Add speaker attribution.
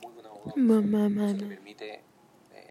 Speaker 1: algo
Speaker 2: Mamá,
Speaker 1: que nos
Speaker 2: mano.
Speaker 1: permite